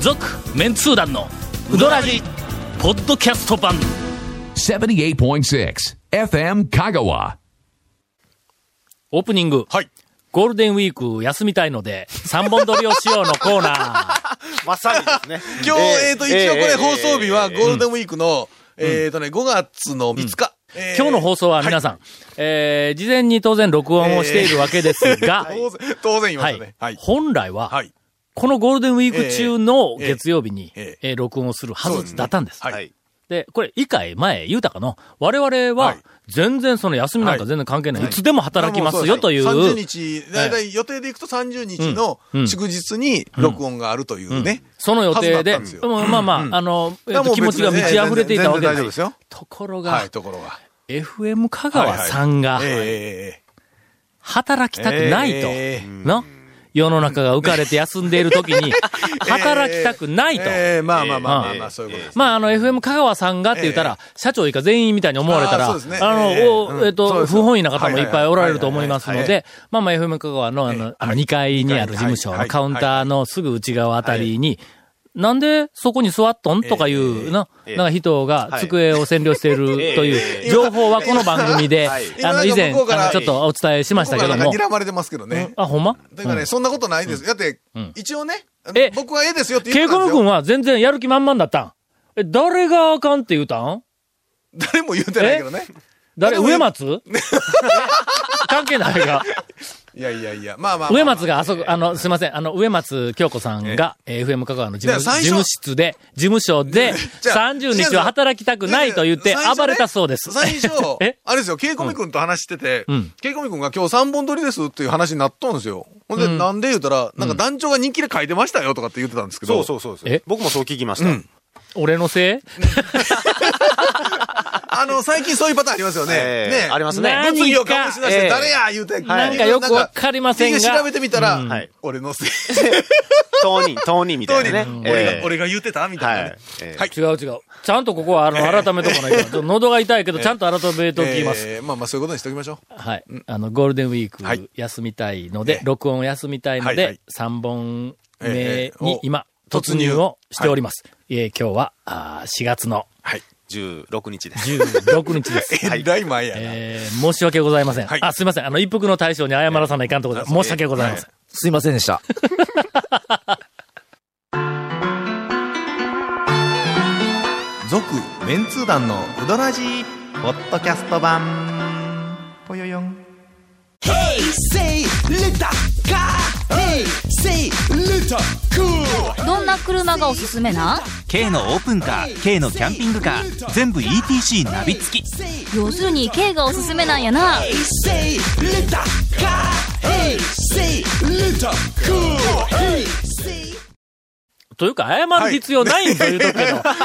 続メンツー団のウドラジポッドキャスト版78.6 FM Kagawa. オープニング、はい。ゴールデンウィーク休みたいので3本撮りをしようのコーナー まさにですね。今日、えっ、と、一応これ放送日はえーゴールデンウィークの、えっ、とね、5月の5日。えー今日の放送は皆さん、えー事前に当然録音をしているわけですが、当然、当然言いまはしたいね。はい。本来は、はい。このゴールデンウィーク中のええ月曜日に、ええー録音をするはずだったんです。はいはい。で、これ、以回前、言うたかの、我々ははい、全然その休みなんか全然関係ない。い、つでも働きますよという。 30日、だいたい予定でいくと30日のうんうん祝日に録音があるというね。その予定で、はずだったんですよもまあまあ、あの、えっといやもう別に気持ちが満ち溢れていたわけ全然大丈で。夫ですすよ。ところが、はい、ところが。 FM 香川さんがえ、ーえ働きたくないと、えの、世の中が浮かれて休んでいる時に、働きたくないーえーと。えーまあまあまあまあえまーあ、そういうことです。まあ、あの、FM 香川さんがって言ったら、社長以下全員みたいに思われたら、ああーそうですねええの、おえっそうと、です不本意な方もいっぱいおられると思いますのはいはいはで、まあまあ、FM 香川の、あの、あの2階にある事務所はのいカウンターのすぐ内側あたりに、なんでそこに座っとんとかいうな、ええなんか人がはい机を占領しているええという情報はこの番組で、はいあの、以前、今なんか向こうからあのちょっとお伝えしましたけど僕もはなん。か睨まれてますけどね。あ、ほんまだからね、そんなことないです。だってん、一応ねえ、僕はええですよって言ケっイてたんコムですよ君。は全然やる気満々だったんえ、誰があかんって言うたん誰も言うてないけどね。誰あでも植松 関係ない が。いやいやいや、まあまあまあ。植松があそこ、あの、すいません。あの、植松京子さんが、えー FM 香川の事務じゃあ事最務初室で、事務所で、 じゃあ30日は働きたくないと言って最初ね暴れたそうです。、最初 えあれですよ、ケイコミ君と話しててうん、ケイコミ君が今日3本撮りですっていう話になったんですよ。ほんで、なんで言うたら、なんか団長が人気で書いてましたよとかって言ってたんですけど。そうそうそうそうえ僕もそう聞きました。俺のせあの、最近そういうパターンありますよね。えね。えありますね。なは何か物議を醸し出しえて、え誰や言うて、なんかよくわかりませんが結局調べてみたら、うんはい俺のせい。当人、当人みた当いになね。俺が え、え俺が言ってたみたいなね。はい。はいい違う違う。ちゃんとここは、あの、改めとかないと。喉が痛いけど、ちゃんと改めときます。えーまあまあ、そういうことにしておきましょう。はい。あの、ゴールデンウィーはいク休みたいのでえ、え録音を休みたいのはいはでい、 3本目ええにを今、突突入入をしております。えー今日は、あー4月のはい。 16日です。 16日 です。えらい前やな。えー申し訳ございません。はいあ、すいません。あの、一服の対象に謝らさないかんところで、ええ申し訳ございません。すいませんでした。続、メンツー団のうどらじポッドキャスト版ぽよよんどんな車がおすすめなん K のオープンカー K のキャンピングカー全部 ETC ナビ付き要するに軽がおすすめなんやなというか、謝る必要ないんと言うとくけど、 のじゃあ、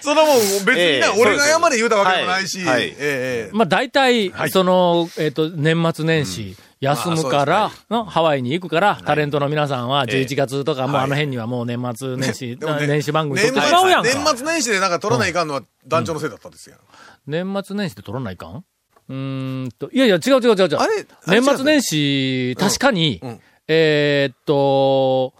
そのもん別にな、ええ俺が謝れ言うたわけでもないし、はいはいええまあ、大体、はいその、えっ、と、年末年始、休むから、まあそうのハワイに行くから、タレントの皆さんはええ11月とか、もうあの辺にはもう年末年始、でもね年始番組撮ってし年まう末やんか。年末年始でなんか取らないかんのは団長のせいだったんですよ。年末年始で撮らないかんうーんと、いやいや、違う違う違う違う。あれ年末年始、確かに、うんえーっと、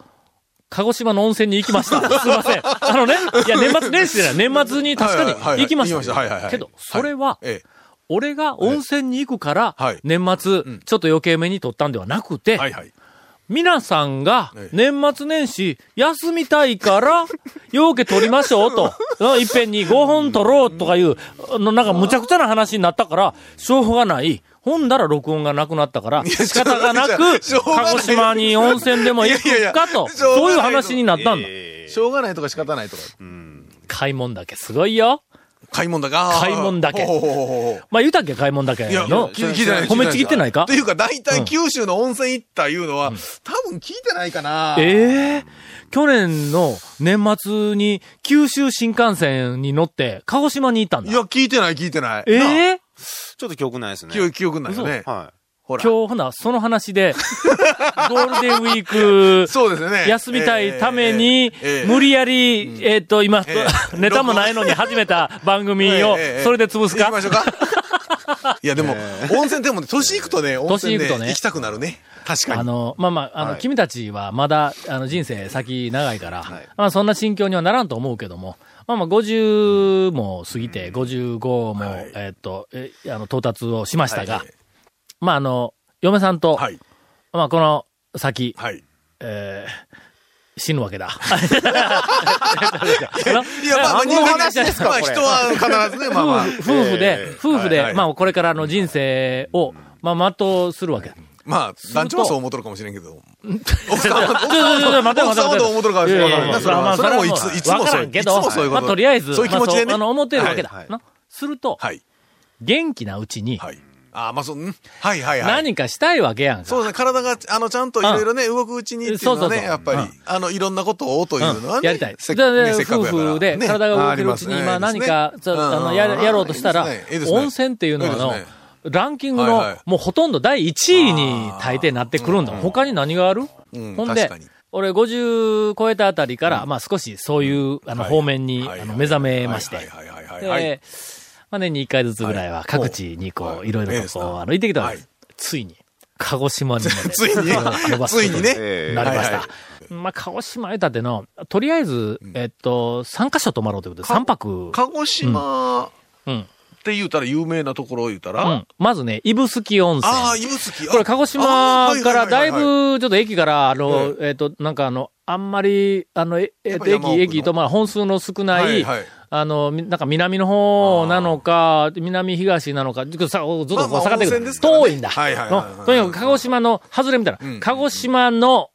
鹿児島の温泉に行きました。 すいません。あのね、いや、年末年始じゃない。年末に確かにはいはいはい行きまし行きましたた。はいはいはいけど、それは、え俺が温泉に行くからはい、年末、んちょっと余計めに撮ったんではなくて、え。はいはい。皆さんがええ年末年始休みたい から、ようけ取りましょうと、うんいっぺんに5本取ろうとかいう、あのなんか無茶苦茶な話になったから、しょうがない。ほんだら録音がなくなったから、仕方がなく、しょうがない鹿児島に温泉でも行いやいやくいやかしょと、うがないそういう話になったんだ。えしょうがないとか仕方ないとか。買い物だけすごいよ。買い物だけ。あー買い物だけほうほうほうほうほまあ言うたっけ、買い物だけういや、の。聞いてない。褒めちぎってないかというか、大体九州の温泉行ったいうのは、多分聞いてないかな。ええ去年の年末に九州新幹線に乗って鹿児島に行ったんだい。や、聞いてない聞いてない。えなあえちょっと記憶ないですね。記憶記憶ないよね。はほら。今日ほな、その話で、 ゴールデンウィーク、そうですね。休みたいためにええええ、無理やり、えっと、今え、え ネタもないのに始めた番組を えええ、えそれで潰す行かきましょうか。 いや、でも、温泉でもね、年行くとね、温泉年で行くとね行きたくなるね。確かあに。の、まあまあ、あの、はい君たちはまだ、あの、人生先長いから、まあそんな心境にはならんと思うけども、まあまあ50も過ぎて、55も、えっと、え、あの、到達をしましたが、はいまああの、嫁さんと、はい。まあこの先、はい。えー死ぬわけ だ。いや、まあ、まあ、人間ですから、まあ、人は必ずね、まあまあ夫、婦夫婦で、夫婦はいはで、いまあこれからの人生を、まあ全うするわけだ。まあ、団長はそう思うとるかもしれんけど。奥ちょちさんょちょちょ待って待って待って。は、奥さんはどう思うとるかもしれんいけやいやいやど。それまあはそれはもういまあつ、いつもわかそらう。んいけつどもそういうまこあと。とりあえず、そういう気持ちまあでそうね。あの、思ってるわけはだい。なすると、はい。元気なうちに、はい。ああ、まあ、そう、んはいはいはい。何かしたいわけやんそうか。ですね、体が、あの、ちゃんといろいろね、動くうちにっていうのそうはそうそうね、やっぱりうん、あの、いろんなことをというのはね、やりたい。せっだねでせっか夫くやから婦でね体が動けるうちあに、りますね今何か、ちょあの、ややろうとしたらいいですねいいで、すね温泉っていうのはあのいいですね、ランキングはいのはい、もうほとんど第1位に大抵なってくるんだ。他に何があるうんほんで確かに、俺50超えたあたりから、まあ少しそういう、あの、はい方面に、はいあの、目覚めましはいて。はいはいはいはいはい。で、まあ、年に一回ずつぐらいは各地にこう、はいいろいろいいとですこなう、あの、行ってきたわけです。はついに、鹿児島にまで つい に伸ばすこつといにになねりましはいたは。まあ、鹿児島言うたっての、とりあえず、えっと、3カ所泊まろうということで、3泊。鹿児島っうん。うん。て言うたら有名なところ言うたら、まずね、指宿温泉。ああ、指宿。あこれ、鹿児島からだい、ぶ、あちーはょっと駅から、あの、うえっと、なんかあの、あんまり、あの、ええっと、やっ駅、ぱ山奥の駅と、まあ、本数の少なはいいはい、あの、みなんか南の方なのか、南東なのか、ちょっとさずっとこうまあまあ下がってく温泉るです。からね遠いんだ。はいはいはいはいのとにかく、鹿児島の外れみたいうんな。鹿児島の、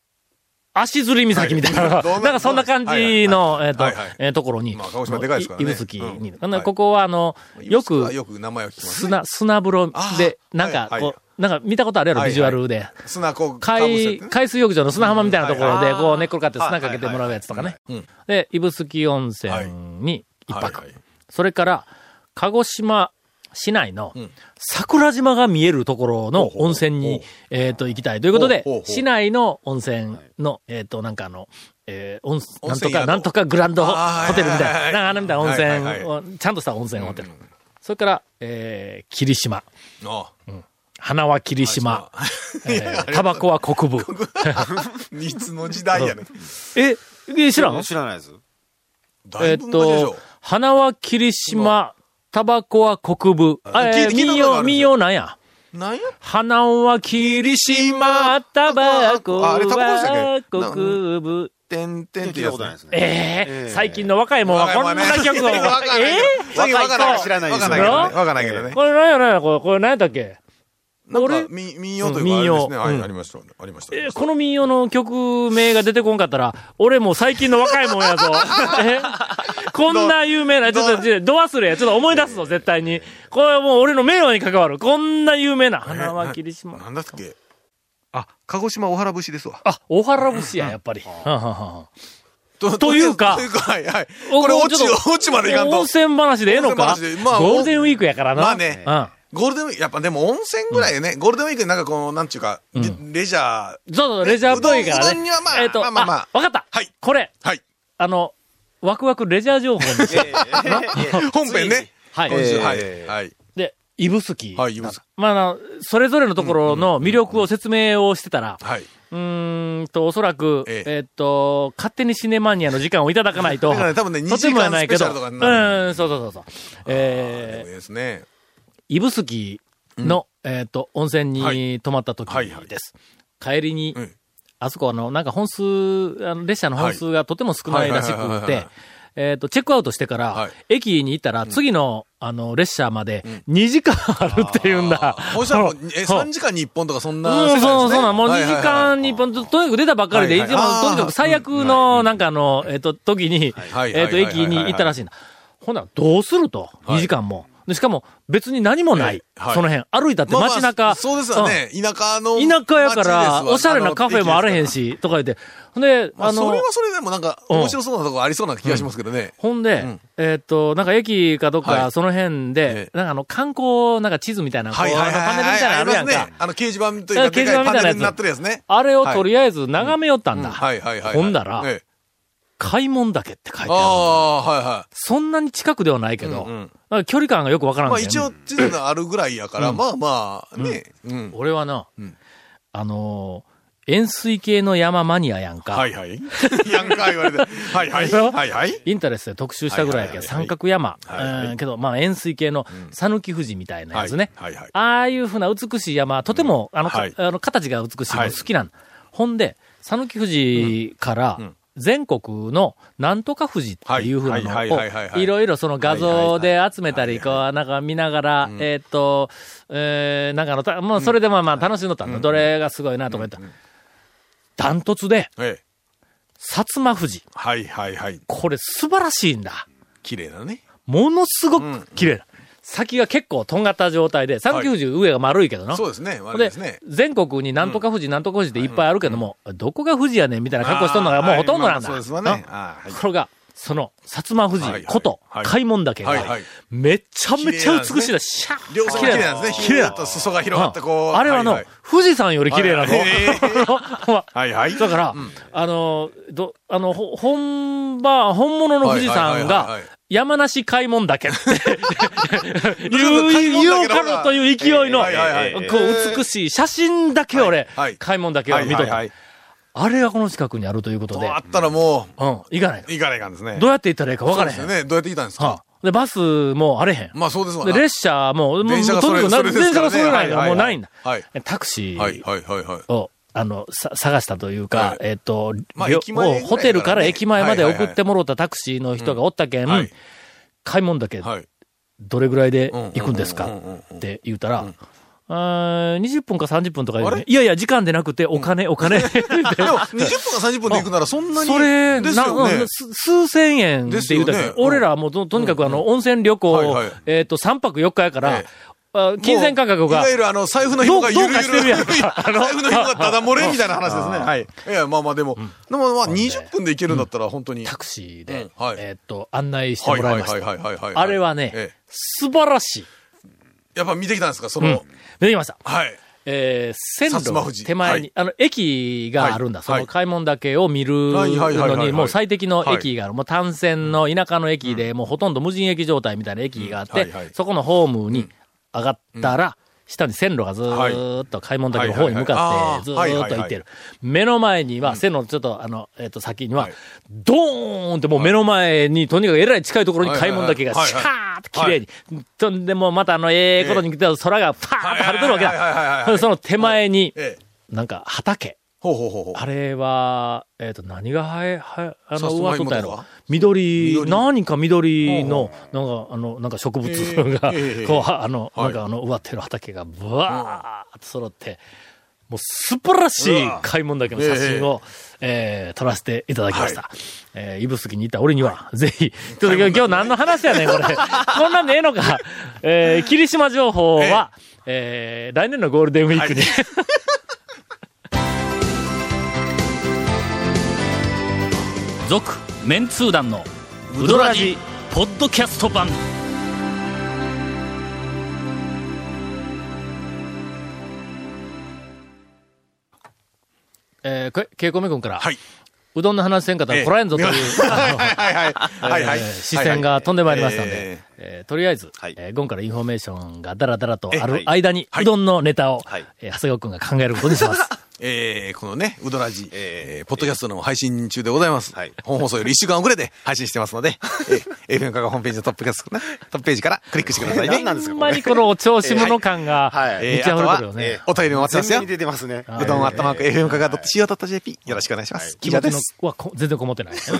足摺岬みたいな、はいなんかそんな感じの、えっとはいはい、えーところに、まあ鹿児島でかいですからね指宿にうんはいここは、あの、いよ指宿くは、よく名前を聞きますね。砂、砂風呂で、あーなんか、はいこはう、なんか見たことあるやろ、はいはいビジュアルで。砂こう、かぶせ海、てね海水浴場の砂浜みたいなところはいで、はいこう寝っ転がって砂かけてもらうやつとかね。で、指宿温泉に一泊。はいはいそれから、鹿児島市内のん桜島が見えるところのほうほう温泉に、えっと、行きたいということでほうほうほ、う市内の温泉の、えっと、なんかあの、えー温泉温なんと泉か、宿なんとかグランドあーホテルみはいはいたはいいな、なんかあれみたいな温はいはいは泉を、ちゃんとした温泉ホテル。それから、えー霧島。あ花は霧島。 えータバコは国分。あ いつの時代やね。え、え知らん知らないです。だえいっぶ昔でしょと。、花は霧島、タバコは国分。あえー聞いた民聞いたこと謡、あるでしょ民謡なんや。なんや花は霧島、タバコああれタバコでしたはっけ国分。てんてんって聞いやつたことないねですね。えー、えー最近の若いもんはこんな曲を。わかんないえーわかんな若いいけど子知らないわかですんないけどね。わかんないけどね。これ何や何やこれ、これ何やったっけなん俺か、み民謡というか、あれですうね。んは民謡うい、んありました。ありました。えーこの民謡の曲名が出てこんかったら、俺もう最近の若いもんや ぞ。えこんな有名な、ちょっと、ちょっと、ど忘れや。ちょっと思い出すぞ、絶対に。これはもう俺の名誉に関わる。こんな有名な。花は霧島。なんだっけあ、鹿児島おはら節ですわ。あ、おはら節や、やっぱり。はんはんはんはんとというかというか、はいはい。これ、落ち、落ちまでいかん温と。泉話でええのか温泉話でまあゴールデンウィークやからな。まあねうゴールデンウィーク、やっぱでも温泉ぐらいね、ゴールデンウィークになんかこう、なんちゅうか、レレジャー、ん。ちょっとレジャーっぽいからうどんねにはま。あえっと、まああまあまあわかった。はいこれ、はい。あの、ワクワクレジャー情報 にしよう本編ね。はい。今週、えーはい。はい。で、指宿。はい、ゆうさまああの、それぞれのところの魅力を説明をしてたらん。、はい。うーんと、おそらく、えええっと、勝手にシネマニアの時間をいただかないと、だからね多分ねとてもやないけど、二時間スペシャルとかうになるん、そうそうそうそう。そうえー、ですね。指宿の、えっと、温泉はにい泊まった時はいはいです。帰りにうん、あそこあの、なんか本数、あの列車の本数がとても少ないらしはいはいはいくっはいはいてはい、えっと、チェックアウトしてから、はい駅に行ったら、次の、あの、列車まで2時間あるっていうんだ。おっしゃもう、え、そう3時間に1本とかそんな世う界ん、ですね。そうそうなん、もうはい2はい時はい間に、とにかく出たばっかりで、はいはい一番、あーとにかく最悪の、なんかあの、えっと、時に、はいえっと、はいはい駅に行ったらしいな。ほんなら、どうすると、は2い時間も。でしかも、別に何もない。はいその辺、歩いたってまあまあ街中。そうですよね。田舎の。うん。田舎やから、おしゃれなカフェもあれへんし。し、とか言って。ほんで、まああ、それのは、それでもなんか、うん面白そうなとこありそうな気がしますけどね。ほんで、んえっと、なんか駅かどっはか、いその辺でえ、なんかあの、観光、なんか地図みたいな、こう、はいはいはいあのパネルみたいなのあるやんありかますね。あの、掲示板といあうか、掲で示板かいみたいパネなやルつになってるやつね。あれをはいとりあえず眺めよったんだ。はいはいはい。ほんだらええ開門岳って書いてある。ああー、はいはい。そんなに近くではないけど、うんうんなんか距離感がよくわからんまあけど一応、地図があるぐらいやから、まあまあ、ね。うん。俺はな、んあのー円錐系の山マニアやんか。はいはい。 やんか言われて。はいはい。はいはい。インタレストで特集したぐらいやけはど、いはいはいは三い角山。はいはいうんけど、まあ、円錐系の、讃岐富士みたいなやつね。はいはいはいああいうふうな美しい山、とても、あの、かはいあの形が美しいのはい好きなの。ほんで、讃岐富士から、全国のなんとか富士っていうふうなはいはいはいはいはいのはを、いいろいろその画像で集めたり、こう、なんか見ながら、えーっと、えーなんかあのた、もうそれでまあまあ楽しんどったの。どれがすごいなと思った。ダントツで、ええ薩摩富士。はいはいはい。これ素晴らしいんだ。綺麗だね。ものすごく綺麗な。先が結構とんがった状態で、三九十上が丸いけどな。そうですね。ほん悪いでですね。全国になんとか富士、なんとか富士っていっぱいあるけども、どこが富士やねんみたいな格好しとんのがもうほとんどなんだ。あーはいまあそうですわなね。あーはいこれが、その、薩摩富はいは士いこと、はい開門岳はいはがい、めちゃめちゃ美しい綺麗なんですだ。ねシャー両方綺麗なんですね。綺麗だだと裾が広がってこう。あれはあの、はい富士山より綺麗なの。はいえほんまはいはい。 だから、あの、ど、あの、ほ本場、本物の富士はい山はいはいがはい、山梨開門だけって ちょっと開 言う、門言う岳のか方がるという勢いの、こ、はいはいはいはいう美しい写真だけ俺はいはい、開門だけをはい見はとっいはいた。。あれがこの近くにあるということどでう、あったらも、うん、行かないう行かないかんですね。どうやって行ったらいいか分からへ。そうんですよね。どうやって行ったんですはかあで、バスもあれへん。まあそうですわで、な。列車も、もう、とに電車かがそれくな、それです電車がからねそれないから、はもいはういないんだはい。タクシはいーはいはいはい。を、あの、さ、探したというかは、いえっと、まありょ駅前ぐらいからねホテルから駅前まではいはいは送いってもろたタクシーの人がおったけんはい、買い物だけ、はい。どれぐらいでうん行くんですうかんうんうんうんって言うたら、あー20分か30分とか言うあねれいやいや、時間でなくて、お金、お金。でも、20分か30分で行くならそんな に。それ、ですなようねん。す数千円って言うたけどですよねうん俺らもうととにかくあの、温泉旅行、はいはいえっ、と、3泊4日やから、ええあ金銭価格もういがわ、ゆるあの、財布のど紐うどがうゆるゆる。かしてるやんか。あの 財布の紐がただ漏れみたいな話ですね。はい。いや、まあまあでも、でもまあ20分で行けるんだったら本当に。タクシーで、うんはいえっ、と、案内してもはいらはいいました。はいはいはいはい。あれはね、ええ素晴らしい。やっぱ見てきたんですか、そうんの。。できました。はい。えー、線薩摩富路士手前に、はいあの、駅があるんだ。はいその開門岳を見るはいはいはいはのいはいに、もう最適の駅がある。もう単線の田舎の駅で、もうほとんど無人駅状態みたいな駅があっうんはていはい、そこのホームに上がったら、下に線路がずーっと開門岳の方に向かって、ずはいーはいはっいと行っあーはいはいてはる。目の前には、線路のちょっと、あの、えっと、先にははい、ドーンってもう目の前に、とにかくえらい近いところに開門岳がはいはいシはいャーって綺麗に、とんでもうまたあの、ええことに来て、空がパーって晴れてるわけはいはいはいはいはいだ。はいその手前に、ええ。なんか畑。ほうほうほうほう。あれは、えっ、と、何が生え、はえ、あの、さつ植まわっいともっとたかんやろ。緑、緑何か緑の、なんか、あの、なんか植物 が、えーえーこう、あの、はないんかあの、植わってる畑が、ブワーっと揃って、もう素晴らしい買い物だけの写真を、えー撮らせていただきました。えー、指宿にいた俺には、ぜひ、ちょっと今日今日何の話やねん、 これ。こんなんでええのか。えー、霧島情報は、えー、来年のゴールデンウィークに、続メンツー団のウドラジポッドキャスト版えー、これ、ケイコメ君から、はいうどんの話せんかったら来られん ぞという、はいあのはいはいはいはいえ。ー視線が飛んでまいりましたので、ええーとりあえず、はいえーゴンからインフォメーションがだらだらとえある間に、うどんのネタを、はいえー長谷川君が考えることにします。えー、このね、うどらじ、えー、ポッドキャストの配信中でございます。はい本放送より1週間遅れで配信してますので、えー、FM カがホームページのトップキャストかな、トップページからクリックしてください何ね。なんですほかんこまれにこのお調子者感がはい満ち溢れてるよね。えーあとはえーお便りも待ってます全よ面に。出てますね。はうどんあったまく FM カが .co.jp よろしくお願いします。気以持上ちのです。はこ全然こもってない。うんう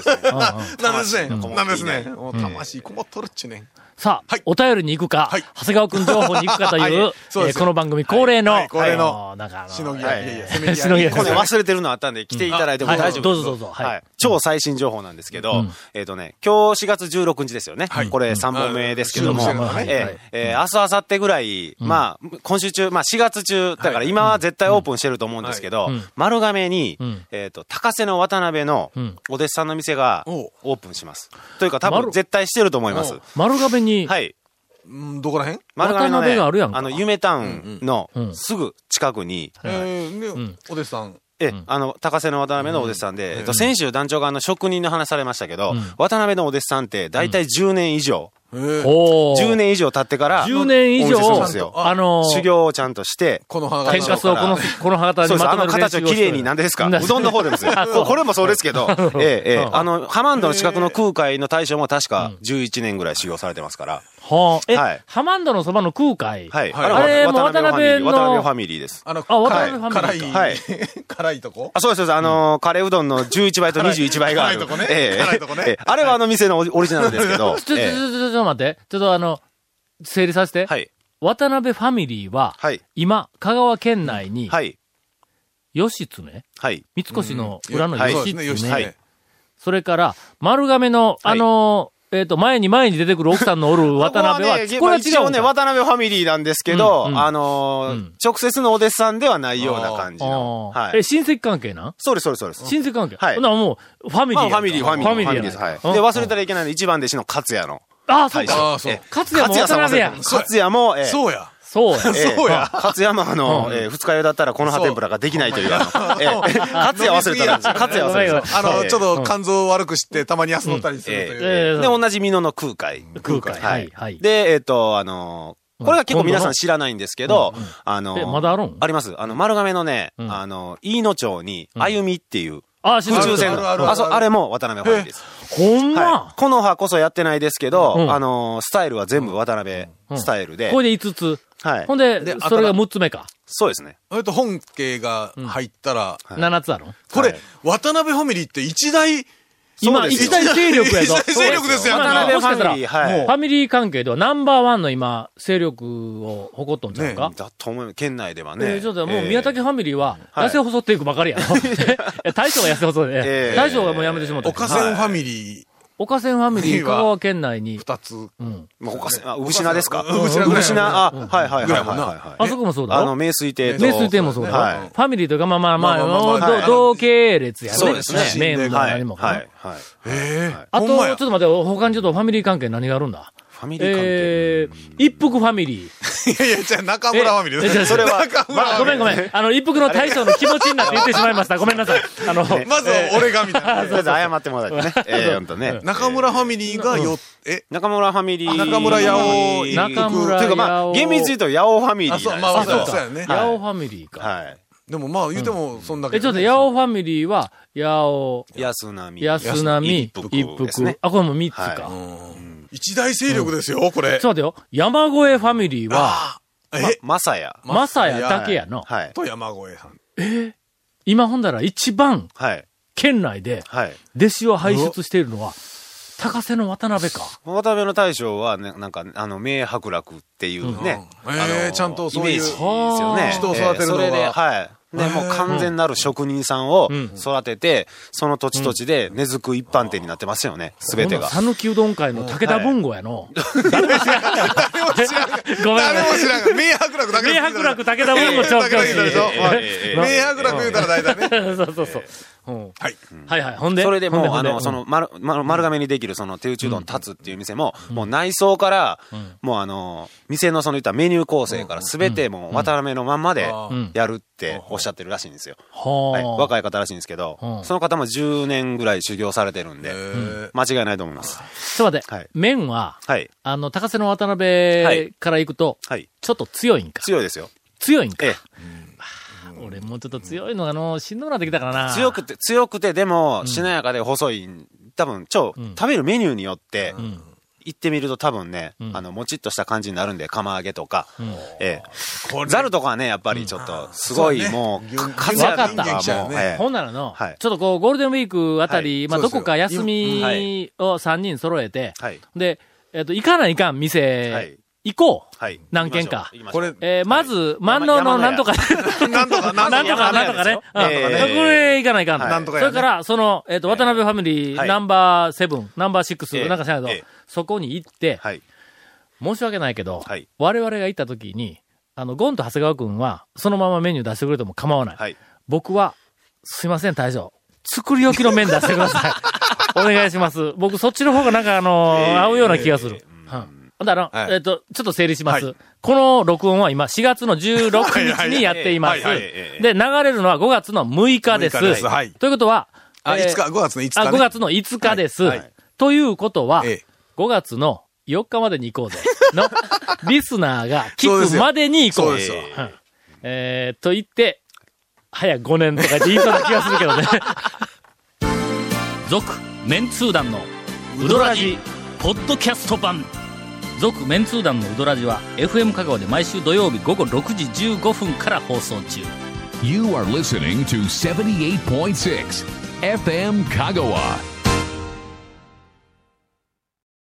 んなんですね。うんなんですね。もう魂こもっとるっちゅうね。さあ、はいお便りに行くか、はい長谷川君情報に行くかとい、はいうそうえですーこの番組恒例の、はい恒例のあなんかあのしのぎはや、いいやいや、せめぎしのぎやや。 これね忘れてるのあったんで来ていただいてもはい大丈夫です。どうぞどうぞはい超最新情報なんですけど、んえっ、とね、今日4月16日ですよね。はいこれ3本目ですけども、うんえ収録してるからねええー明日、明後日ぐらい、まあ、今週中、まあ4月中、だから今は絶対オープンしてると思うんですけど、うんうん丸亀に、うんえっ、と、高瀬の渡辺のうんお弟子さんの店がおうオープンします。というか多丸分絶対してると思いますおう。丸亀に、はい。うん、どこらへん丸亀渡の辺ね、があるやんかの、夢タウンのうんうんすぐ近くに、えー、ね、お弟子さん。え、あの、高瀬の渡辺のお弟子さんで、えっと、先週団長があの、職人の話されましたけど、渡辺のお弟子さんって、大体10年以上、おー10年以上経ってから、 10年以上お店そうですよあのー修行をちゃんとして、この歯天か型すをこの、この歯型そにうです。まあとめのる形を練習きれいに、な何ですかなうどんの方でもですよ。これもそうですけど、ええ、ええ、あの、ハマンドの近くの空海の大将も確か11年ぐらい修行されてますから。はあ、え、はいハマンドのそばの空海。はい。はいあれはも渡辺の渡辺ファミリーです。あの、あ渡辺辛いファミリーか。辛い、はい 辛いとこあ、そうです、そうです。あのーカレーうどんの11倍と21倍がある。辛いとこねええ辛いとこねええあれはあの店のオリオリジナルですけどちょ、ちょ、ちえょ、ちょ、ちょちょ待って。ちょっとあの、整理させて。えはい。渡辺ファミリーは、はい今、香川県内に、はい。義経はい。三越の裏のはい義経、よしはねい。それから、丸亀の、あのー、えっ、と、前に前に出てくる奥さんのおる渡辺は、こここれははね、違一応うんね、か渡辺ファミリーなんですけど、うんうんあのーうん直接のお弟子さんではないような感じの。あはーえ、い。親戚関係なんそうです、そうです、そうです。親戚関係はいほなもう、ファミリまーあ、やんか。ファミリー、ファミリー。ファミリーです。はい。で、忘れたら。らいけないの、一番弟子の勝也の。ああ、そう大か。ああ、そうえ。勝也も渡勝辺也やもん。勝也も、ええそうや。そう や。ええそうや勝山のあの、うんええ二日酔いだったらこの破天ぷらができないという、あの、ええ 勝也忘れたら、勝也忘れたら。あの、ちょっと。と肝臓悪くして、たまに休んだりするという。えええで、同じ美濃の空海。空海ははいい。はいで、えっと、あのーこれが結構皆さん知らないんですけど、あのえーまだあるんあります。あの、丸亀のね、うんあの、飯野町に、歩みっていう、ああ、知宇宙って船る。あるあるあるの、あ、そう、あれも渡辺ファミリーです。ほんはまい。。この葉こそやってないですけど、うんあのースタイルは全部渡辺スタイルで。これで5つ。はいほんでで、それが6つ目か。そうですね。えっと、本家が入ったら、い7つあるのこはれい、渡辺ファミリーって一大、今、そうです一大勢力 やぞ。一大勢力ですよそう渡も辺しかしたら、ファミリーはいもうファミリー関係ではナンバーワンの今、勢力を誇っとんちゃうか、だと思う。県内ではえね。ーちょっともうええ宮崎ファミリーは、はい痩せ細っていくばかりや ろ。え大将が痩せ細で、ええ大将がもうやめてしまった。岡千ファミリー岡千ファミリー、は香川県内に、二つ。うん。まあ、おかせ、あ、うぶしなで すかうぶしなうぶしな、あ、はいはいはいはいはいあはい。そこもそうだあの、ろ名水亭と。名水亭もそうだろ、はいファミリーというか、まあまあまあ、まあまあまあまあどはい同系列やね。そうですね麺もは何い。もかな、はい。はい。ええ。あと、ほちんまょやっと待ってよ、他にちょっとファミリー関係何があるんだファミリー関係。えー、一服ファミリー。いやいや、じゃあ中村ファミリーええじゃであす。それは中村まあ、フごァミめんごめん。あの、一服の大将の気持ちになって言ってしまいました。ごめんなさい。あの、リー。まずは俺がみたいなとりあえず謝ってもらえてね。ええ、ほんとね。中村ファミリーがよ、え、中村ファミリー。中村八尾一服中村というかま八尾あ、厳密に言うと八尾ファミリーなんあ、ですそよ。う、まあ、そうそかうそうやね。ヤオファミリーか。はでもまあ、言うても、そんだけ。え、ちょっと、ヤオファミリーは、ヤオ、い。安波。安波、一ですね服。。あ、これも3つはいか。一大勢力ですよ、これち。ょっと待ってよ。山越えファミリーは、え、まさや。まさやだけやの。はい。と山越えさん。今ほんだら一番、はい。県内で、はい。弟子を輩出しているのは、高瀬の渡辺か。渡辺の大将は、ね、なんか、あの、名伯楽っていうね。うんあのえーちゃんとそういうイメージですよね。人を育てるのがえーそれで、はい。ね、もう完全なる職人さんをん育てて、その土地土地で根付く一般店になってますよね、すべてが。さぬきうどん会の武田文吾やの。 誰も知らん。ごめん誰も知らん。明白楽だけ明白楽武田文吾調教師。明白楽でしょえー明白楽言うたら大体ね。 そうそうそう。うんはい。はいはい。ほんで。それでもう、ほあんでほんの、でその、丸、丸丸亀にできる、その、手打ちうどん立つっていう店も、もう内装から、もうあの、店のその、言ったらメニュー構成から、すべてもう、渡辺のまんまでんやるっておっしゃってるらしいんですよ。ははあい。若い方らしいんですけどうん、その方も10年ぐらい修行されてるんで、間違いないと思います。ちょっと待って、はい麺は、はい。あの、高瀬の渡はい辺から行くと、はい。ちょっと強いんか。強いですよ。強いんか。え俺もうちょっと強いのが、あの、しんどくなってきたからえ。な。強くて、強くて、でも、しなやかで細い、多分、超、ん食べるメニューによって、ん行ってみると多分ね、んあの、もちっとした感じになるんで、釜揚げとか、んええ。ザルとかはね、やっぱりちょっと、すごい、そうねもう、牛か数牛やった牛ら牛もう、牛ええほんならの、はいちょっとこう、ゴールデンウィークあたり、まあ、そどうですこよか休うんはいみを3人揃えて、はい。で、えっと、行かないかんは店い、行こう。はい。何軒か行きましこょうれ行き、えーまず、万能のなんとか、な んとか、ななんんととか、か。なんとかね。うん山田屋ですよええこれ、行かないかんの。はいなんとかそやれねから、その、えっと、渡辺ファミリはー、いナンバーセブン、ナンバーシックえス、えなんかしないけどええ、そこに行ってま、しょうはい。申し訳ないけどはい、我々が行った時に、あの、ゴンと長谷川くんは、そのままメニュー出してくれても構わな。はいい。僕は、すいません、大将。作り置きの麺出してください。 お願いします。僕、そっちの方がなんか、あのええ合うような気がする。うんほんだら、はいえっと、ちょっと整理します。この録音は今、4月の16日にやっています。はいはいはいはいえで、え流れるのは5月の6日です。 6日ですはいということは、あ、えー5日、5月の5日ね。あ5月の5日です。はいはいということは、ええ5月の4日までに行こうぜ。の、 リスナーが聞くまでに行こう。そうですよはいえー、と言って、早5年とかって言いそうな気がするけどね。 続、メンツー団の、ウドラジ、ポッドキャスト版。続、メンツー団のウドラジは、FM 香川で毎週土曜日午後6時15分から放送中。 You are listening to 78.6 FM Kagawa.